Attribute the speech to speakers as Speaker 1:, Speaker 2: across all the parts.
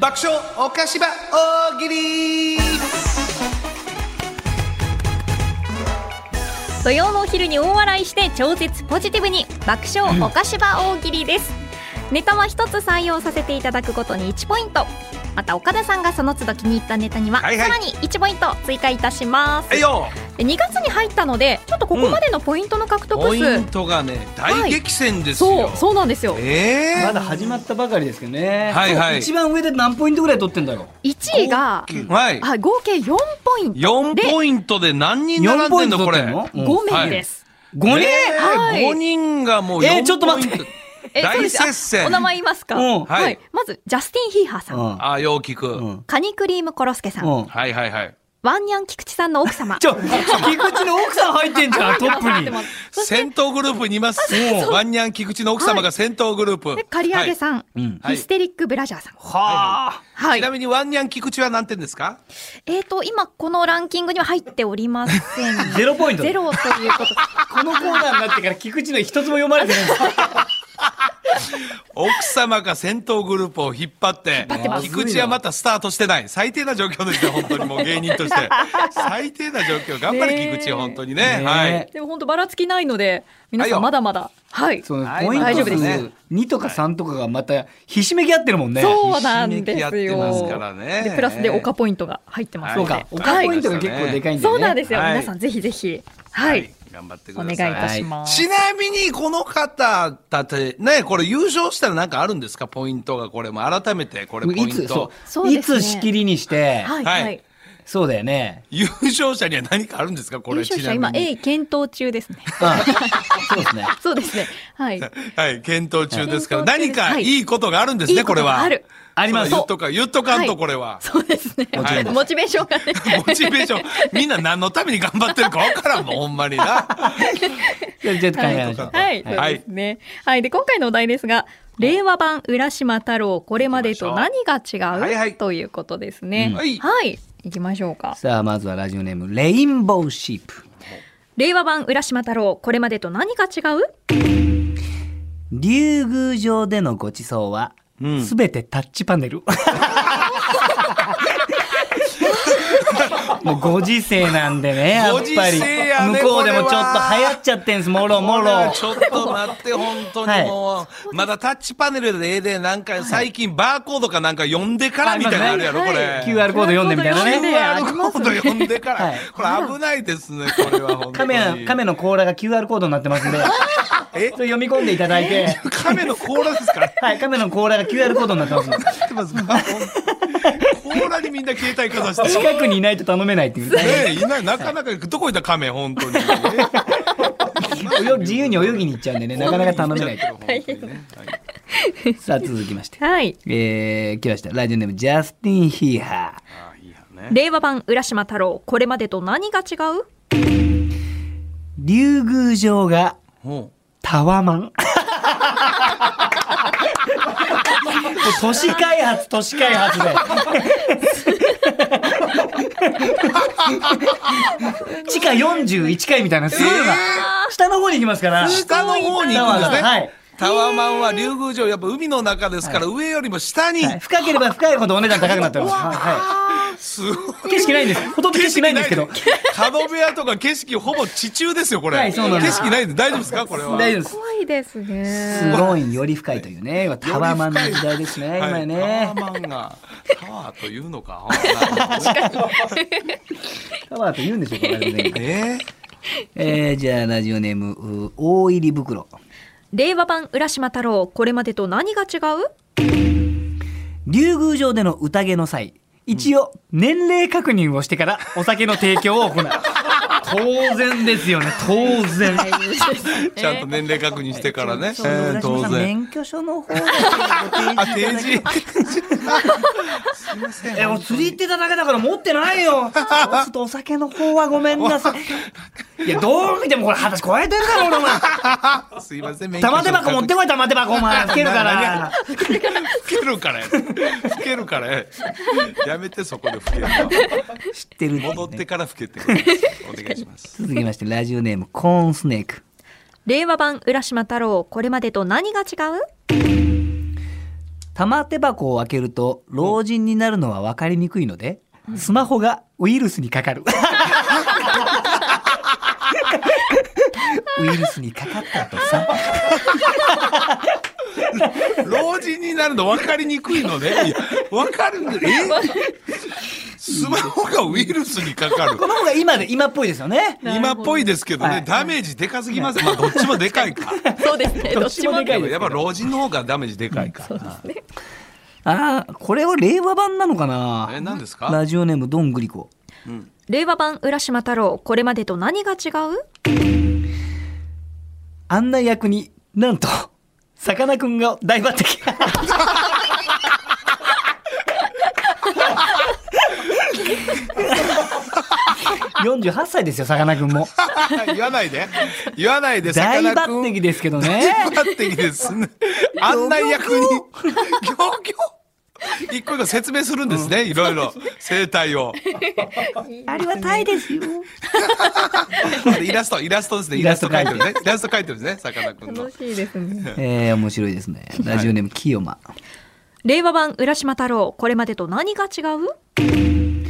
Speaker 1: 爆笑おかしば大喜利
Speaker 2: 土曜のお昼に大笑いして超絶ポジティブに爆笑おかしば大喜利です、ネタは一つ採用させていただくごとに1ポイントまた岡田さんがその都度気に入ったネタには、
Speaker 1: はいはい
Speaker 2: さらに1ポイント追加いたします
Speaker 1: はいよ
Speaker 2: で2月に入ったのでちょっとここまでのポイントの獲得
Speaker 1: ポイ
Speaker 2: 数、
Speaker 1: ントがね大激戦ですよ、
Speaker 2: そうそうなんですよ
Speaker 1: え
Speaker 3: まだ始まったばかりですけどね、
Speaker 1: はいはい
Speaker 3: 一番上で何ポイントぐらい取ってんだろ
Speaker 2: 1位が
Speaker 1: えはい
Speaker 2: あ合計4ポイント
Speaker 1: 4ポイントで何
Speaker 3: う
Speaker 1: 人並
Speaker 3: 4
Speaker 1: ん
Speaker 3: ポ
Speaker 1: で
Speaker 3: イ
Speaker 1: ん
Speaker 3: ント
Speaker 1: のこ
Speaker 3: 取
Speaker 1: れ
Speaker 3: ってんの、うん
Speaker 2: 5名です、
Speaker 3: 五人、
Speaker 1: ねえ
Speaker 2: はい
Speaker 1: 5人がもう4ポイント、
Speaker 3: えーちょっと待って
Speaker 2: えそう
Speaker 1: 大
Speaker 2: ですあ
Speaker 1: 接戦
Speaker 2: お名前言いますか、
Speaker 3: うん
Speaker 2: はい、
Speaker 1: はい
Speaker 2: まずジャスティン・ヒーハーさん、
Speaker 3: うん
Speaker 1: ああよう聞く、
Speaker 3: うん
Speaker 2: カニクリームコロスケさん、
Speaker 3: うん
Speaker 1: はいはいはい
Speaker 2: ワンニャン菊池さんの奥様
Speaker 3: ちょ、菊池の奥さん入ってん じゃん、トップ
Speaker 2: 待って
Speaker 3: に
Speaker 2: ま。すそして
Speaker 1: 戦闘グループにいますワンニャン菊池の奥様が戦闘グループ、
Speaker 2: で刈り上げさん、
Speaker 3: うん
Speaker 1: はい
Speaker 2: ヒステリックブラジャーさん
Speaker 3: はあ。
Speaker 1: は、
Speaker 2: はい
Speaker 1: ちなみにワンニャン菊池は何点ですか
Speaker 2: えっ、と今このランキングには入っておりません
Speaker 3: ゼロポイント
Speaker 2: ゼロということ
Speaker 3: このコーナーになってから菊池の一つも読まれてないんです
Speaker 1: 奥様が戦闘グループを引っ張って
Speaker 2: 張ってます
Speaker 1: 菊池はまたスタートしてない最低な状況ですよ本当にもう芸人と して最低な状況頑張れ
Speaker 2: ねえ
Speaker 1: 菊池本当に
Speaker 3: ね
Speaker 1: ね
Speaker 3: え
Speaker 1: はい
Speaker 2: でも本当ばらつきないので皆
Speaker 1: はい
Speaker 2: さ
Speaker 1: よ
Speaker 2: んまだまだはい
Speaker 3: そ
Speaker 2: そう
Speaker 3: の
Speaker 1: はい
Speaker 3: ポイン
Speaker 2: 大丈
Speaker 3: ト
Speaker 2: 夫です
Speaker 3: 数2とか3とかがまたひしめき合ってるもんね。
Speaker 2: なんで
Speaker 1: ひし
Speaker 2: す
Speaker 1: めき合ってますから
Speaker 2: よ
Speaker 1: ね
Speaker 2: でプラスでオカポイントが入ってます
Speaker 3: そ
Speaker 2: の
Speaker 3: う
Speaker 2: で、
Speaker 3: か、お
Speaker 2: は
Speaker 3: 金
Speaker 2: い
Speaker 3: ポイントが結構でかいんだ
Speaker 2: そ
Speaker 3: よ
Speaker 2: う
Speaker 3: ね。
Speaker 2: なんですよ、
Speaker 1: はい
Speaker 2: 皆さんぜひぜひはい、
Speaker 1: 頑張ってく
Speaker 2: お
Speaker 1: だ
Speaker 2: 願
Speaker 1: さ
Speaker 2: いい
Speaker 1: い
Speaker 2: たします、
Speaker 1: ちなみにこの方だってねこれ優勝したらなんかあるんですかポイントがこれも改めてこれポイ
Speaker 3: い
Speaker 1: ン
Speaker 3: つ、
Speaker 1: ト
Speaker 3: そ、
Speaker 2: そうう
Speaker 3: い
Speaker 2: ですね
Speaker 3: つ仕切りにして、
Speaker 2: はい
Speaker 1: は
Speaker 2: はいい、
Speaker 3: そうだよね。
Speaker 1: 優勝者には何かあるんですかこれ
Speaker 2: 優勝
Speaker 1: ち
Speaker 2: 者
Speaker 1: な
Speaker 2: 今
Speaker 1: みに
Speaker 2: A 検討中ですね
Speaker 3: うんそうですね。
Speaker 2: そうですね はい
Speaker 1: はい検討中ですから
Speaker 2: 検
Speaker 1: 何
Speaker 2: 討中です
Speaker 1: かいいことがあるんです
Speaker 2: い
Speaker 1: ね
Speaker 2: いこ
Speaker 1: これ
Speaker 2: と
Speaker 1: は
Speaker 2: がある
Speaker 3: あります
Speaker 1: そう言っとか言っとかん
Speaker 2: は
Speaker 1: と
Speaker 2: い
Speaker 1: これは
Speaker 2: そうですね
Speaker 1: もちろんです
Speaker 2: モチベーションがね
Speaker 1: モチベーション、みんな何のために頑張ってるか分からんもん、ほんまにな。
Speaker 3: じゃあちょっと考えましょう。
Speaker 2: はい、そうですね。はい、で、今回のお題ですが、令和版浦島太郎、これまでと何が違う、
Speaker 1: はいはい
Speaker 2: ということですね。
Speaker 1: はい
Speaker 2: はい、行きましょうか。
Speaker 3: さあ、まずはラジオネーム、レインボーシープ。
Speaker 2: 令和版浦島太郎、これまでと何が違う。
Speaker 3: 竜宮城でのご馳走は、
Speaker 1: うん
Speaker 3: すべてタッチパネル。 もうご時世なんでね、やっぱ
Speaker 1: ご
Speaker 3: り。
Speaker 1: 時世やね
Speaker 3: 向こうでもちょっ
Speaker 1: こ
Speaker 3: と
Speaker 1: れは
Speaker 3: 流行っちゃってんす、もろも
Speaker 1: これは
Speaker 3: ろ。
Speaker 1: ちょっと待って、本当にもう、まだタッチパネルでええで、なんか最近バーコードかなんか読んでからみたいなのあるやろ、こ
Speaker 2: あり
Speaker 1: れ
Speaker 2: ますね。
Speaker 3: QR コード読んでみたい
Speaker 2: コ
Speaker 3: な
Speaker 2: ード読ん
Speaker 3: ね。
Speaker 2: であり
Speaker 1: QR
Speaker 2: ま
Speaker 1: コ
Speaker 2: す
Speaker 1: ード読んでから、
Speaker 3: はい
Speaker 1: これ危ないですね、これは本当
Speaker 3: カ
Speaker 1: に。
Speaker 3: メ、カメの甲羅が QR コードになってますんで、
Speaker 1: え
Speaker 3: それ読み込んでいただいて、
Speaker 1: 亀の甲羅ですから。
Speaker 3: はい、カメの甲羅が QR コードになってますんで、
Speaker 1: 知ってますか甲羅にみんな携帯かざして。ね
Speaker 3: 近くにいないと頼めないっていうね。
Speaker 1: え、いない、なかなか、どこ行った亀、本当に。
Speaker 3: 泳ぎ自由に泳ぎに行っちゃうんでね、なかなか頼めないと。
Speaker 1: 本当にねはい
Speaker 3: さあ、続きまして。
Speaker 2: はい、
Speaker 3: えー、来ました。ラジオネーム、ジャスティン・ヒーハー。
Speaker 1: ああいいやね
Speaker 2: 令和版浦島太郎、これまでと何が違う。
Speaker 3: 竜宮城が
Speaker 1: ほう
Speaker 3: タワマン。もう都市開発、都市開発で。地下41階みたいな、すごいな下の方に行きますから。
Speaker 1: 下の方に行くんですね。
Speaker 3: タワマンはい
Speaker 1: タワマンは竜宮城、やっぱ海の中ですから、上よりも下に、
Speaker 3: はい深ければ深いほどお値段高くなってます。はいは
Speaker 1: すごい
Speaker 3: い、景色ないんです。ほとんど景色ないんですけど。
Speaker 1: 角部屋とか景色ほぼ地中ですよ、これ。
Speaker 3: はいそうなんで
Speaker 1: 景
Speaker 3: す
Speaker 1: 色ないんで、大丈夫ですか、これは。
Speaker 3: 大丈夫です。
Speaker 2: 怖いです
Speaker 3: す
Speaker 2: ね。
Speaker 3: ごいより深いというね、タワマンの時代ですね、
Speaker 1: は
Speaker 3: 今
Speaker 1: い
Speaker 3: ね
Speaker 1: タ。ワマンが、タワーというのか。
Speaker 3: タワーって言うんでしょうか、ね、
Speaker 1: え
Speaker 3: えー、じゃあラジオネームう大入り袋
Speaker 2: 令和版浦島太郎、これまでと何が違う。
Speaker 3: 竜宮城での宴の際一応年齢確認をしてからお酒の提供を行う当然ですよね当然
Speaker 1: ーちゃん と年齢確認してからね。
Speaker 3: そう浦島さん。免許証の方でご
Speaker 1: あ、
Speaker 3: 提示いた
Speaker 1: 定時
Speaker 3: だけ。え俺釣り行ってただけだから持ってないよそうするとお酒の方はごめんなさ いいやどう見てもこれ二十歳超えてるから俺お前
Speaker 1: すいません。
Speaker 3: 玉手箱持ってこい玉手箱 お前つけるから
Speaker 1: 老けるからや。老けるからや。やめて、そこで老けるの。
Speaker 3: 知ってるっていうね
Speaker 1: 戻ってから老けてください。お願いします。
Speaker 3: 続きましてラジオネームコーンスネーク
Speaker 2: 令和版浦島太郎、これまでと何が違う。
Speaker 3: 玉手箱を開けると老人になるのは分かりにくいので、スマホがウイルスにか かる。ウイルスにかかったとさ。
Speaker 1: 老人になるの分かりにくいのね。いや分かるんだえスマホがウイルスにかかる
Speaker 3: こ。の方が今で今っぽいですよね。
Speaker 1: 今っぽいですけどね、
Speaker 3: はい
Speaker 1: ダメージでかすぎます。まあ、どっちもでかいか。
Speaker 2: そうですね。
Speaker 3: ど
Speaker 2: どっ
Speaker 3: っち
Speaker 2: ち
Speaker 3: も
Speaker 2: も
Speaker 3: でかい
Speaker 1: やっぱ老人の方がダメージでかいか。
Speaker 3: ああ、これは令和版なのかな。
Speaker 1: え、何ですか
Speaker 3: ラジオネームどんぐりこ。
Speaker 2: 令和版浦島太郎、これまでと何が違う
Speaker 3: あんな役になんとさかなクンが大抜擢。四十八歳ですよさかなクンも。
Speaker 1: 言わないで。言わないで、
Speaker 3: 大抜
Speaker 1: 魚くん。
Speaker 3: 擢ですけど
Speaker 1: 大
Speaker 3: ね。
Speaker 1: 抜擢ですね。あんな役に、ギョギョ一個一個説明するんですね、いろいろ。生態を。
Speaker 3: ありがたいですよ。
Speaker 1: イラスト、イラストですね。イラスト描いてるね。イラスト描いてるんですね、さかなクンの。
Speaker 2: しいですね。
Speaker 3: えー、面白いですね。ラジオネームキヨマ。
Speaker 2: 令和版浦島太郎、これまでと何が違う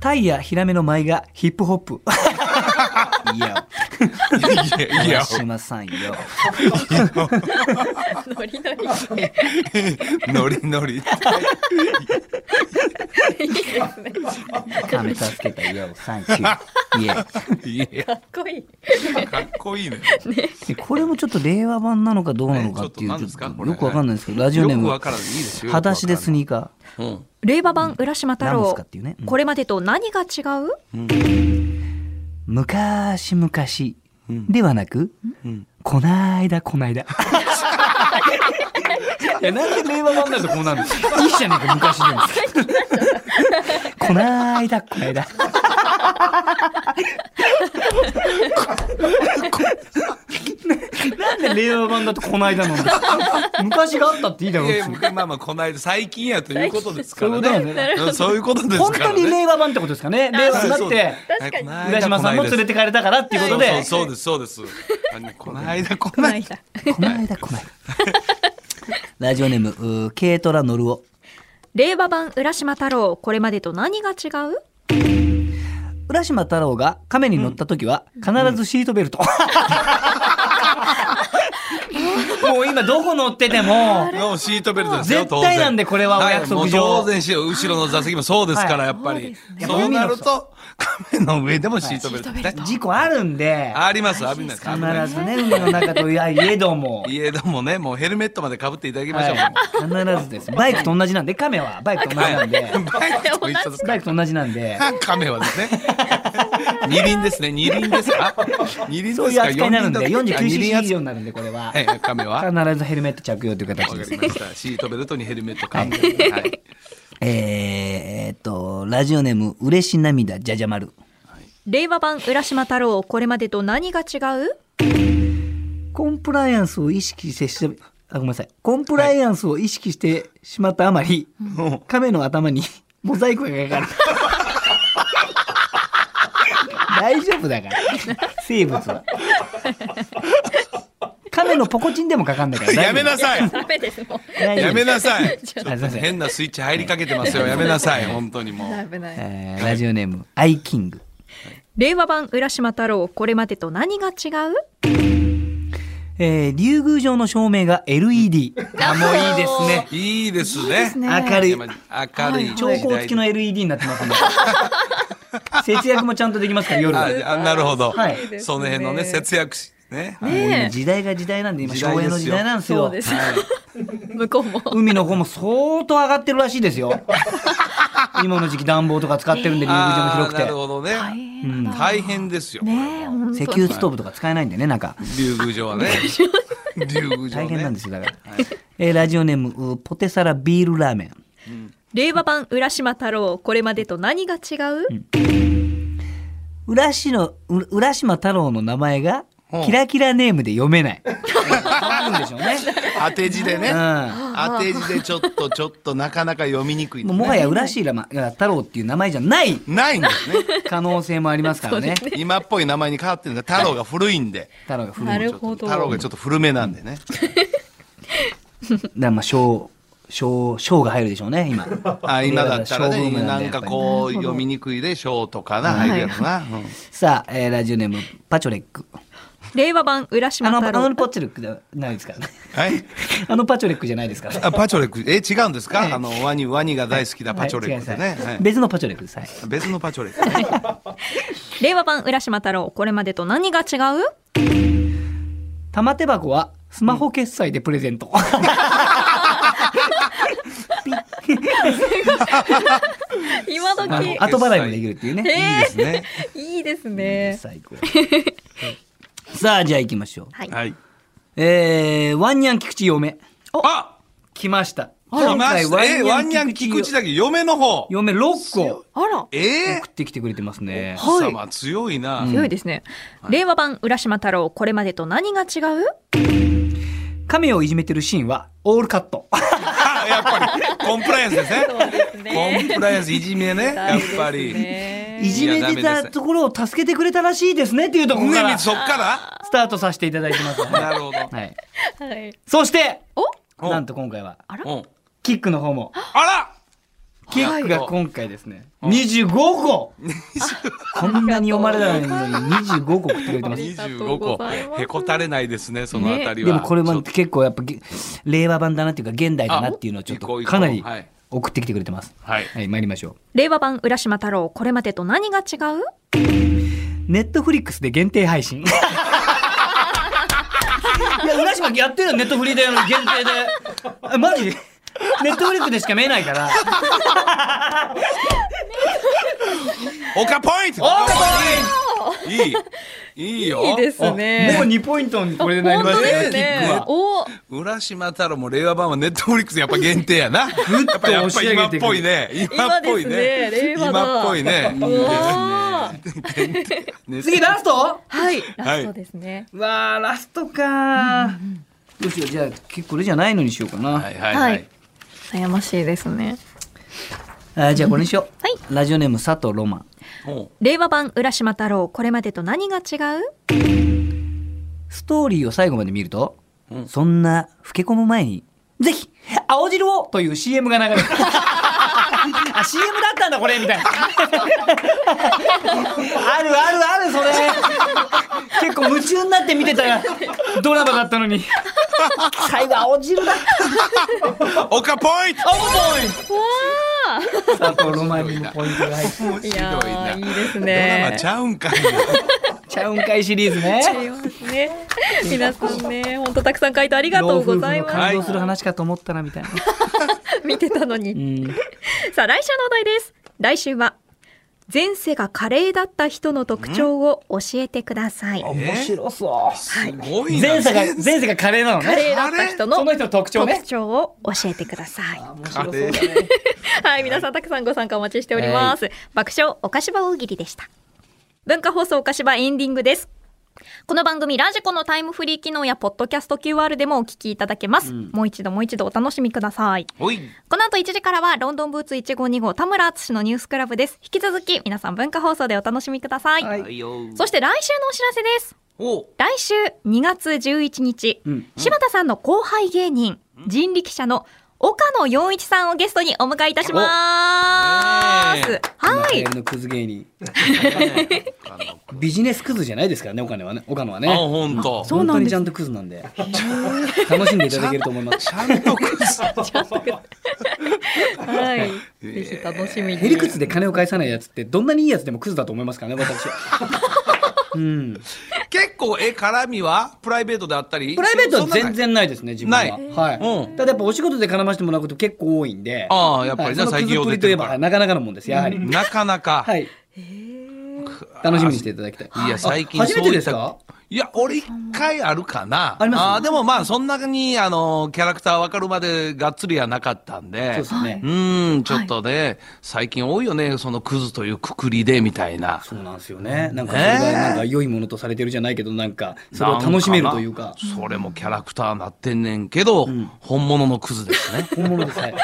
Speaker 3: タイやヒラメの舞がヒップホップ。いや、
Speaker 1: いや、いや
Speaker 3: 浦、島さんよ。
Speaker 2: ノリノリ。
Speaker 1: ノリノリ。
Speaker 3: 亀助けたよ。サ ンキュー。いえ。
Speaker 1: いや、
Speaker 2: かっこいい。
Speaker 1: かっこいいね。
Speaker 3: でこれもちょっと令和版なのかどうなのかっていう、
Speaker 1: ねちょっと
Speaker 3: ちょっと
Speaker 1: 何ですかこれ
Speaker 3: よくわかんないですけど、ラジオネーム、
Speaker 1: よくわからんいいですよ
Speaker 3: 裸足でスニーカ
Speaker 1: うん。
Speaker 2: 令和版浦島太
Speaker 3: 何です
Speaker 2: 郎
Speaker 3: かっていうねうん、
Speaker 2: これまでと何が違う
Speaker 3: ー。昔昔ではなく、こないだこない だ。いや、なんで令和版だとこうなるのいいじゃねえか、昔でも。こないだこないだ。なんで令和版だとこないだなんだ昔があったっていいだろ
Speaker 1: い
Speaker 3: 別
Speaker 1: や
Speaker 3: に
Speaker 1: まあまあこの間最近やということですから
Speaker 3: そういうことなんだ
Speaker 1: ね。うんそういうことです
Speaker 3: 本
Speaker 1: から
Speaker 3: 当に
Speaker 1: ね。
Speaker 3: 令和版ってことですかね。令和になって、
Speaker 1: 確かに
Speaker 3: 浦島さんも連れてかれたからっていうことで。
Speaker 1: そうそうそうですそうです。あのこの間こ
Speaker 2: こ
Speaker 1: の
Speaker 2: な
Speaker 1: 間
Speaker 2: いだ
Speaker 3: この間こない。ラジオネーム、うー軽トラノルオ。
Speaker 2: 令和版浦島太郎、これまでと何が違う
Speaker 3: 浦島太郎が亀に乗った時は、必ずシートベルト。もう今どこ乗ってても、
Speaker 1: のシートベルトですよ
Speaker 3: 絶対なんでこれはお約束上
Speaker 1: はいもう当然しよう後ろの座席もそうですからやっぱり
Speaker 3: すね
Speaker 1: そうなると亀の上でもシートベルトね
Speaker 3: 事故あるんで、
Speaker 1: ありますあります
Speaker 3: 必
Speaker 1: 危ないです
Speaker 3: ずね、海の中といえども。
Speaker 1: いえでもねもうヘルメットまでかぶっていただきましょう
Speaker 3: はい必ずです。バイクと同じなんで、亀はバイクと同じなんで、
Speaker 1: バイクと一緒です
Speaker 3: バイクと同じなんで、
Speaker 1: 亀はですね。二輪ですね。二輪ですか。二輪ですか。
Speaker 3: そういう扱いになるんで、
Speaker 1: 四輪だあ
Speaker 3: 49cc 以
Speaker 1: 二輪
Speaker 3: 上になるんで、これは。
Speaker 1: 扱いはい、亀は。わ
Speaker 3: 必ずヘルメット着用という形
Speaker 1: か
Speaker 3: で
Speaker 1: り
Speaker 3: す。
Speaker 1: ました。シートベルトにヘルメット完全に。はい。
Speaker 3: えーえーっと、ラジオネーム、嬉し涙、じゃじゃ丸。
Speaker 2: 令和版浦島太郎、これまでと何が違う
Speaker 3: コンプライアンスを意識してし、あ、ごめんなさい。コンプライアンスを意識してしまったあまり、亀の頭にモザイクがかかる。大丈夫だから。生物は。亀のポコチンでもかかんないから。
Speaker 1: やめな
Speaker 3: さ
Speaker 1: さい。
Speaker 2: ダメです、もう。
Speaker 3: い
Speaker 1: やめなさい。
Speaker 3: すいません
Speaker 1: 変なスイッチ入りかけてますよ。やめなさい。本当にもう。
Speaker 2: 危な。
Speaker 3: えーラジオネーム、アイキング。
Speaker 2: 令和版浦島太郎、これまでと何が違う
Speaker 3: えー、竜宮城の照明が LED。あ、もういいですね。
Speaker 1: いいですね。
Speaker 3: 明るい。
Speaker 1: 明るい。
Speaker 3: 超光付きの LED になってますんで。 節約もちゃんとできますから、夜は。
Speaker 1: あ、あなるほど
Speaker 3: はい。
Speaker 1: その辺のね、節約し。ね。はい
Speaker 3: もう今
Speaker 2: ね
Speaker 3: 時代が時代なんで、今、
Speaker 1: 時
Speaker 3: 昭
Speaker 1: 代ですよ
Speaker 3: 和の時代なんですよ。
Speaker 2: す。 向こうも。
Speaker 3: 海の子も相当上がってるらしいですよ。 今の時期暖房とか使ってるんで、竜宮城も
Speaker 1: あ
Speaker 3: 広
Speaker 1: ーなる
Speaker 3: く
Speaker 1: ほどね。大変ですよ。
Speaker 3: て。石油ストーブとか使えないんでね、なんか。
Speaker 1: 竜宮城は ね。竜宮城
Speaker 3: 大変なん
Speaker 1: ね
Speaker 3: で。すよ、だから。えーラジオネーム、うーポテサラビールラーメン。
Speaker 2: 令和版浦島太郎、これまでと何が違う
Speaker 3: 浦島、う浦島太郎の名前が
Speaker 1: ほ、う
Speaker 3: キラキラネームで読めない。 あるんでしょうね。
Speaker 1: 当て字でね。
Speaker 3: う
Speaker 1: 当て字でちょっとちょっとなかなか読みにくい、
Speaker 3: ん。もうもはや浦島太郎っていう名前じゃない
Speaker 1: ないんですね
Speaker 3: 可能性もありますからね。
Speaker 1: 今っぽい名前に変わってるんだ太郎が古いんで
Speaker 3: 太郎が古い。
Speaker 2: な
Speaker 3: だか
Speaker 2: るほど。
Speaker 1: 太郎がちょっと古めなんでね
Speaker 3: らまあ昭小、小が入るでしょうね、今。
Speaker 1: あ今だったら
Speaker 3: 小ブ
Speaker 1: ね
Speaker 3: ーム
Speaker 1: なん
Speaker 3: で
Speaker 1: か
Speaker 3: やっぱりね
Speaker 1: こう読みにくいでしょうとかな入るやろな、うん
Speaker 3: さあ、えーラジオネーム、パチョレック。
Speaker 2: 令和版浦島
Speaker 3: あの、
Speaker 2: 太
Speaker 3: あ
Speaker 2: 郎
Speaker 3: のパチョレックじゃないですからね。
Speaker 1: はい
Speaker 3: あのパチョレックじゃないですからね。
Speaker 1: あパチョレックえ違うんですか、
Speaker 3: はい
Speaker 1: あのワニワニが大好きなパチョレックで
Speaker 3: はい違い
Speaker 1: ね、
Speaker 3: ます
Speaker 1: はい
Speaker 3: 別のパチョレックです。はい
Speaker 1: 別のパチョレック
Speaker 2: 令和版浦島太郎これまでと何が違う
Speaker 3: 玉手箱はスマホ決済でプレゼント。
Speaker 2: 今時
Speaker 3: あの 後払いもできるっていうね。
Speaker 1: いいですね
Speaker 2: いいです
Speaker 3: いい
Speaker 2: ね
Speaker 3: 最高。さあ、じゃあ行きましょう。
Speaker 2: はい、
Speaker 1: はい
Speaker 3: えー、ワンニャン菊池嫁。
Speaker 1: あ
Speaker 3: 来ました。
Speaker 1: 来ましたえワンニャン菊池だけ嫁の方
Speaker 3: 嫁6個
Speaker 2: あら
Speaker 1: えー
Speaker 3: 送ってきてくれてますね。
Speaker 1: 奥様強いな、
Speaker 2: 強いですね、令和版浦島太郎これまでと何が違う
Speaker 3: 亀をいじめてるシーンはオールカット。
Speaker 1: あ やっぱりコンプライアンスですね
Speaker 2: です
Speaker 1: コンプライアンスいじめねやっぱりね
Speaker 3: いじめてたところを助けてくれたらしいですねっていうところから
Speaker 1: そっ
Speaker 3: ス
Speaker 1: か
Speaker 3: タートさせていただいてます。
Speaker 1: らなるほど
Speaker 3: はい。
Speaker 2: はい、
Speaker 3: そして、
Speaker 2: お
Speaker 1: お
Speaker 3: なんと今回は、
Speaker 1: うん
Speaker 3: キックの方も、
Speaker 1: あら
Speaker 3: キックが今回ですね、25個こんなに読まれないのに25個送ってくれてます。
Speaker 2: りがと
Speaker 1: 25
Speaker 2: うご
Speaker 1: 個
Speaker 2: ざいます
Speaker 1: へこたれないですねそのあたりは、
Speaker 3: でもこれ
Speaker 1: ちょ
Speaker 3: も
Speaker 1: っと
Speaker 3: 結構やっぱげ令和版だなっていうか現代だなっていうのをちょっ
Speaker 1: あお
Speaker 3: とかなり
Speaker 1: 行こう行こうはい
Speaker 3: 送ってきてくれてます。
Speaker 1: はい
Speaker 3: はい、参りましょう。
Speaker 2: 令和版浦島太郎これまでと何が違う
Speaker 3: ネットフリックスで限定配 信。いや、浦島やってるよ、ネットフリで限定で。あマジネットフリックスでしか見えないから。
Speaker 1: 岡ポイント
Speaker 3: おーか
Speaker 1: いいいいよ
Speaker 2: いいです
Speaker 3: っこいい
Speaker 2: ね
Speaker 3: もう2ポイントにこれでなり
Speaker 2: 本
Speaker 3: ま
Speaker 2: 当
Speaker 3: し
Speaker 2: で
Speaker 3: た
Speaker 2: す
Speaker 3: キック
Speaker 2: ね
Speaker 3: は。
Speaker 2: お
Speaker 1: 浦島太郎も令和版はネットフリックスやっぱ限定やな。やっぱやっぱ今っぽいね。今っぽいね
Speaker 2: 今。ですね令和だ
Speaker 1: 今っぽいね。
Speaker 2: おわ
Speaker 1: ね
Speaker 3: 次ラスト
Speaker 2: ーはいラストですね、
Speaker 3: わあラストかー、どうしようじゃあ結構これじゃないのにしようかな、
Speaker 1: はいはいは
Speaker 2: はいい。悩ましいですね
Speaker 3: あーじゃあこれにしよう、
Speaker 2: はい
Speaker 3: ラジオネーム佐藤ロマン
Speaker 1: おう
Speaker 2: 令和版浦島太郎これまでと何が違う
Speaker 3: ストーリーを最後まで見ると、
Speaker 1: うん
Speaker 3: そんな老け込む前にぜひ青汁をという CM が流れる あ CM だったんだこれみたいな あるあるあるそれ結構夢中になって見てたドラマだったのに最後青汁だ
Speaker 1: 岡ポイント
Speaker 3: 佐藤ロマンにもポイントが入っ
Speaker 1: 面白いな。
Speaker 2: いいで
Speaker 1: ド
Speaker 2: す
Speaker 1: ラマ
Speaker 2: ね
Speaker 1: ちゃうんかいな。
Speaker 3: ちゃうんかいシリーズ ね
Speaker 2: 違いますね 皆さんね本当たくさん回答ありがとうござい
Speaker 3: 老夫婦
Speaker 2: ま
Speaker 3: の感動する話かと思ったなみたいな。
Speaker 2: す見てたのに
Speaker 3: うん。
Speaker 2: さあ来週のお題です来週は前世がカレーだった人の特徴を教えてください
Speaker 3: 面白そ
Speaker 1: すご
Speaker 3: う。
Speaker 1: いな。
Speaker 3: 前世が前世がカレーなの
Speaker 2: カ
Speaker 3: ね。
Speaker 2: レーだった人
Speaker 3: そ
Speaker 2: の
Speaker 3: の人の特徴ね
Speaker 2: 特。徴を教えてください
Speaker 3: 面
Speaker 1: 白そうだね
Speaker 2: はい皆さんたくさんご参加お待ちしております、爆笑おかしば大喜利でした文化放送おかしばエンディングですこの番組ラジコのタイムフリー機能やポッドキャスト QR でもお聞きいただけます、もう一度もう一度お楽しみください
Speaker 1: おい。
Speaker 2: この後1時からはロンドンブーツ152号田村敦のニュースクラブです引き続き皆さん文化放送でお楽しみください、
Speaker 3: はい
Speaker 1: はいよ
Speaker 2: そして来週のお知らせです
Speaker 1: おう。
Speaker 2: 来週2月11日、
Speaker 3: うん
Speaker 2: 柴田さんの後輩芸人、人力車の岡野陽一さんをゲストにお迎えいたします。
Speaker 1: おね
Speaker 2: は
Speaker 3: カレ
Speaker 2: い
Speaker 3: ー。のクズ 芸人。ビジネスクズじゃないですからね、お金はね、お金は
Speaker 1: あ、
Speaker 3: ね。
Speaker 1: ほんと。
Speaker 2: う
Speaker 3: 本
Speaker 2: な
Speaker 3: 当
Speaker 2: ん
Speaker 3: に
Speaker 2: です
Speaker 3: ちゃんとクズなんで。楽しんでいただけると思います。
Speaker 1: ちゃんとくず。
Speaker 2: はい。ぜひ楽しみ
Speaker 3: ヘリクツで金を返さないやつって、どんなにいいやつでもクズだと思いますからね、私は。 うん。
Speaker 1: 結構、え、絡みはプライベートであったり
Speaker 3: プライベートは全。
Speaker 1: そんな
Speaker 3: 然ないですね、自分は。
Speaker 1: ない
Speaker 3: はい。
Speaker 1: うん
Speaker 3: ただやっぱお仕事で絡ましてもらうこと結構多いんで。
Speaker 1: ああやっぱりね
Speaker 3: はいその
Speaker 1: 最近よう
Speaker 3: クズっぷ
Speaker 1: 出て
Speaker 3: りといえ
Speaker 1: る
Speaker 3: ば、
Speaker 1: から
Speaker 3: はいなかなかのもんです、やはり。
Speaker 1: なかなか。
Speaker 3: はい。楽しみにしていただきたい。
Speaker 1: いや、最近
Speaker 3: あ初めてです
Speaker 1: そういっ
Speaker 3: か
Speaker 1: たいや、俺一回あるかな。
Speaker 3: あります
Speaker 1: ーでもまあ、そんなに、あの、キャラクターわかるまでがっつりはなかったん
Speaker 3: そう
Speaker 1: で
Speaker 3: で。すね
Speaker 1: う。ん、ちょっとね、最近多いよね、そのクズというくくりで、みたいな。
Speaker 3: そうなんですよね。なんかそれがなんか良いものとされてるじゃないけど、なんかそれを楽しめるというか。。
Speaker 1: なんなそれもキャラクターなってんねんけど、本物のクズですね
Speaker 3: 本物です。はい。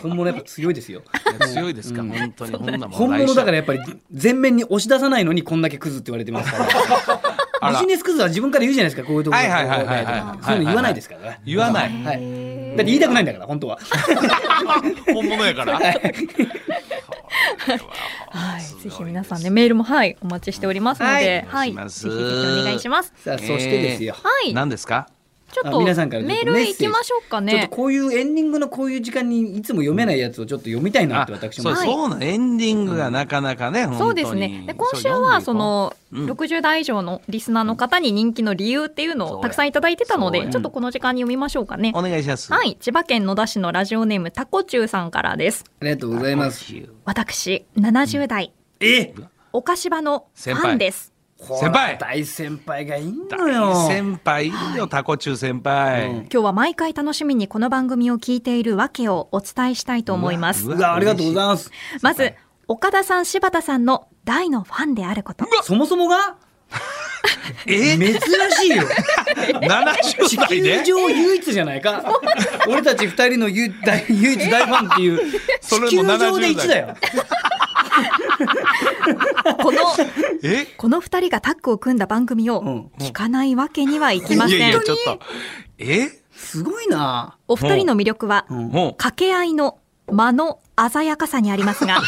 Speaker 3: 本物やっぱ強いですよ。
Speaker 1: いや強いですか、本当に。こんなもん
Speaker 3: 本物だから
Speaker 1: 来
Speaker 3: やっぱり全面に押し出さないのにこんだけクズって言われてますから。
Speaker 1: あら
Speaker 3: ビジネスクズは自分から言うじゃないですか、こういうところ
Speaker 1: はいはいはいはいはい
Speaker 3: そういうの言わないですからね。
Speaker 1: 週言わない。
Speaker 3: はい。って言いたくないんだから、本当は。
Speaker 1: 本物やから。
Speaker 2: はい、ぜひ皆さんね、メールも、はい、お待ちしておりますので、
Speaker 1: は
Speaker 2: はいい、
Speaker 1: お願いし
Speaker 2: ぜ
Speaker 1: ま
Speaker 2: ひ
Speaker 1: す
Speaker 2: ぜひお願いします。
Speaker 3: さあ、そしてですよ。
Speaker 2: はい、
Speaker 1: 何ですか
Speaker 2: ちょっ
Speaker 3: あ
Speaker 2: と
Speaker 3: 皆さんからちょっ
Speaker 2: メ
Speaker 3: と
Speaker 2: ー
Speaker 3: メ
Speaker 2: ル行
Speaker 3: ッセージ
Speaker 2: きましょうか
Speaker 3: ちょっと
Speaker 2: ね。
Speaker 3: こういうエンディングのこういう時間にいつも読めないやつをちょっと読みたいな
Speaker 1: あ
Speaker 3: って私
Speaker 1: そ
Speaker 3: も
Speaker 1: う
Speaker 2: はい
Speaker 1: そうなのエンディングがなかなかね、本当に
Speaker 2: そうですね。で今週はその60代以上のリスナーの方に人気の理由っていうのをたくさんいただいてたの
Speaker 1: そう
Speaker 2: で、
Speaker 1: や
Speaker 2: ちょっとこの時間に読みましょうかね
Speaker 1: お。願いします。
Speaker 2: はい、千葉県野田市のラジオネームタコチュウさんからです。
Speaker 3: ありがとうございます。
Speaker 2: 私70代、
Speaker 3: え
Speaker 2: お菓子場のファンです。
Speaker 1: 先輩
Speaker 3: 大先輩がいい
Speaker 1: 大
Speaker 3: のよ。
Speaker 1: 先輩いるよ、タコ中先輩。
Speaker 3: うん
Speaker 2: 今日は毎回楽しみにこの番組を聞いているわけをお伝えしたいと思います
Speaker 1: う。
Speaker 3: うわありがとうございます。
Speaker 2: まず、岡田さん、柴田さんの大のファンであること。
Speaker 3: そもそもが
Speaker 1: え
Speaker 3: 珍しい よ。地
Speaker 1: ?70 代
Speaker 3: 球
Speaker 1: で
Speaker 3: 上唯一じゃないか。俺たち二人の唯 大唯一大ファンっていう。
Speaker 1: それも
Speaker 3: 地球上で
Speaker 1: 70
Speaker 3: 一だよ。
Speaker 2: この、
Speaker 1: え
Speaker 2: この二人がタッグを組んだ番組を聞かないわけにはいきません。
Speaker 1: いやいや、ちょっと。え
Speaker 3: すごいな。
Speaker 2: お二人の魅力は、
Speaker 3: ん
Speaker 1: もう。
Speaker 2: 掛け合いの間の鮮やかさにあります が、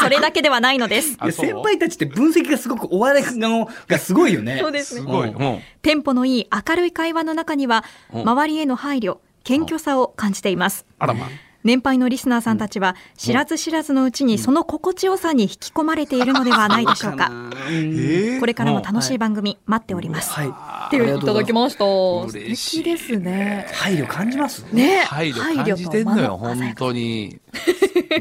Speaker 2: それだけではないのです。
Speaker 1: あ
Speaker 3: いや
Speaker 1: そう
Speaker 3: 先輩たちって分析がすごくお笑いのがすごいよね。
Speaker 2: そうですすね。
Speaker 1: ごい。も
Speaker 2: テンポのいい明るい会話の中には、
Speaker 1: うん
Speaker 2: 周りへの配慮、謙虚さを感じています。
Speaker 1: あらま。
Speaker 2: 年配のリスナーさんたちは知らず知らずのうちにその心地よさに引き込まれているのではないでしょうか。
Speaker 1: え
Speaker 3: え
Speaker 1: ー
Speaker 2: これからも
Speaker 1: う
Speaker 2: 楽しい番組待っております。
Speaker 3: はい。
Speaker 2: っていういただきました。素
Speaker 1: 嬉しい
Speaker 2: 敵ですね。
Speaker 3: 配慮感じます。
Speaker 2: ね、
Speaker 1: 配慮感じてんのよ、
Speaker 2: 配
Speaker 1: 本
Speaker 2: 慮と間鮮やか
Speaker 1: 当 に。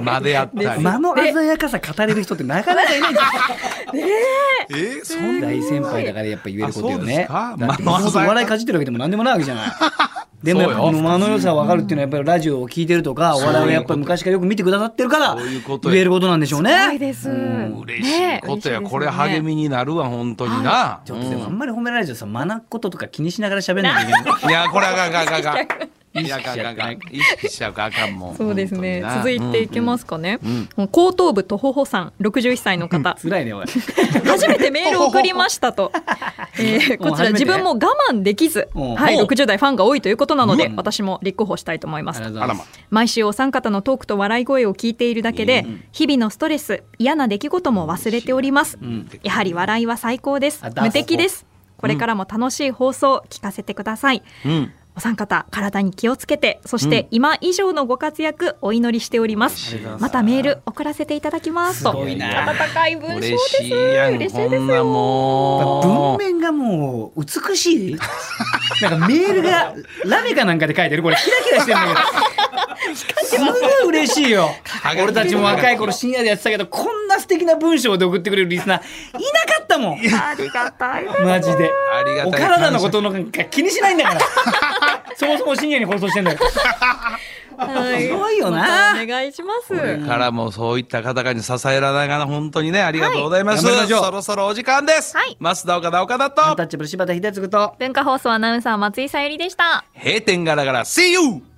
Speaker 1: 間であったり。
Speaker 3: 間の鮮やかさ語れる人ってなかなかいないんですよ。
Speaker 1: えー、そんな。
Speaker 3: 大先輩だからやっぱ言えることよね。
Speaker 1: あそうですか
Speaker 3: だって
Speaker 1: まあ
Speaker 3: そうそうお笑いかじってるわけでも何でもないわけじゃない。でもやっぱ
Speaker 1: そうよ
Speaker 3: この間の良さ分かるっていうのはやっぱりラジオを聞いてるとかお笑いをやっぱり昔からよく見てくださってるから
Speaker 1: そういうことよ
Speaker 3: 言えることなんでしょ
Speaker 2: す
Speaker 3: う
Speaker 2: ごい
Speaker 3: ね。
Speaker 2: です。
Speaker 1: 嬉しいことや、これ励みになるわ、本当にな。
Speaker 3: ちょっとでもあんまり褒められちゃうとさ学ぶこととか気にしながら喋んないといけない。
Speaker 1: いや、これあかんあかんあかんあかん。いや、あかんあかんあかん。意識しちゃうかあかんもん。
Speaker 2: そうですね。
Speaker 1: 本当
Speaker 2: 続
Speaker 1: に
Speaker 2: い
Speaker 1: な
Speaker 2: ていきますかね。後頭部とほほさん、61歳の方。
Speaker 3: 辛いねおい。
Speaker 2: 初めてメールを送りました と、えーこちら
Speaker 3: 初めて
Speaker 2: 自分も我慢できず、
Speaker 3: うん
Speaker 2: はい、
Speaker 1: うん
Speaker 2: 60代ファンが多いということなので
Speaker 3: うん
Speaker 2: 私も立候補したいと思います
Speaker 3: ありがとうご
Speaker 1: あ
Speaker 3: ざ
Speaker 1: ら
Speaker 3: い
Speaker 1: ま
Speaker 3: ま。
Speaker 2: 毎週お三方のトークと笑い声を聞いているだけで、
Speaker 1: う
Speaker 2: 日々のストレス嫌な出来事も忘れております、
Speaker 1: ん
Speaker 2: やはり笑いは最高です
Speaker 3: あだ
Speaker 2: 無敵ですこれからも楽しい放送聞かせてください、
Speaker 1: うん。
Speaker 2: お三方体に気をつけてそして今以上のご活躍お祈りしております、またメール送らせていただきますと
Speaker 3: すごいな
Speaker 2: 温かい文章です
Speaker 1: 嬉しいやん、
Speaker 2: 嬉し
Speaker 1: こ
Speaker 2: いで
Speaker 1: ん
Speaker 2: す
Speaker 1: な
Speaker 2: よ
Speaker 1: もう。
Speaker 3: 文面がもう美しい。なんかメールがラメかなんかで書いてるこれキラキラしてるんだけど。すごい嬉しいよ。俺たちも若い頃深夜でやってたけどこんな素敵な文章で送ってくれるリスナーいなかったもん。
Speaker 2: ありがたいです
Speaker 3: マジで。
Speaker 1: ありがたい
Speaker 3: お体のことなんか気にしないんだから。 そもそも深夜に放送してんだよ。
Speaker 2: はい
Speaker 3: すごいよな
Speaker 2: またお願いします。
Speaker 1: これからもそういった方々に支えられながら本当にねありがとうございます、
Speaker 3: はい頑張りましょう
Speaker 1: そろそろお時間です、
Speaker 2: はい
Speaker 1: 増田岡田岡田
Speaker 3: アン
Speaker 1: と
Speaker 3: タッチャブル柴田秀嗣と。
Speaker 2: 文化放送アナウンサー松井さゆりでした。
Speaker 1: 閉店ガラガラ See you!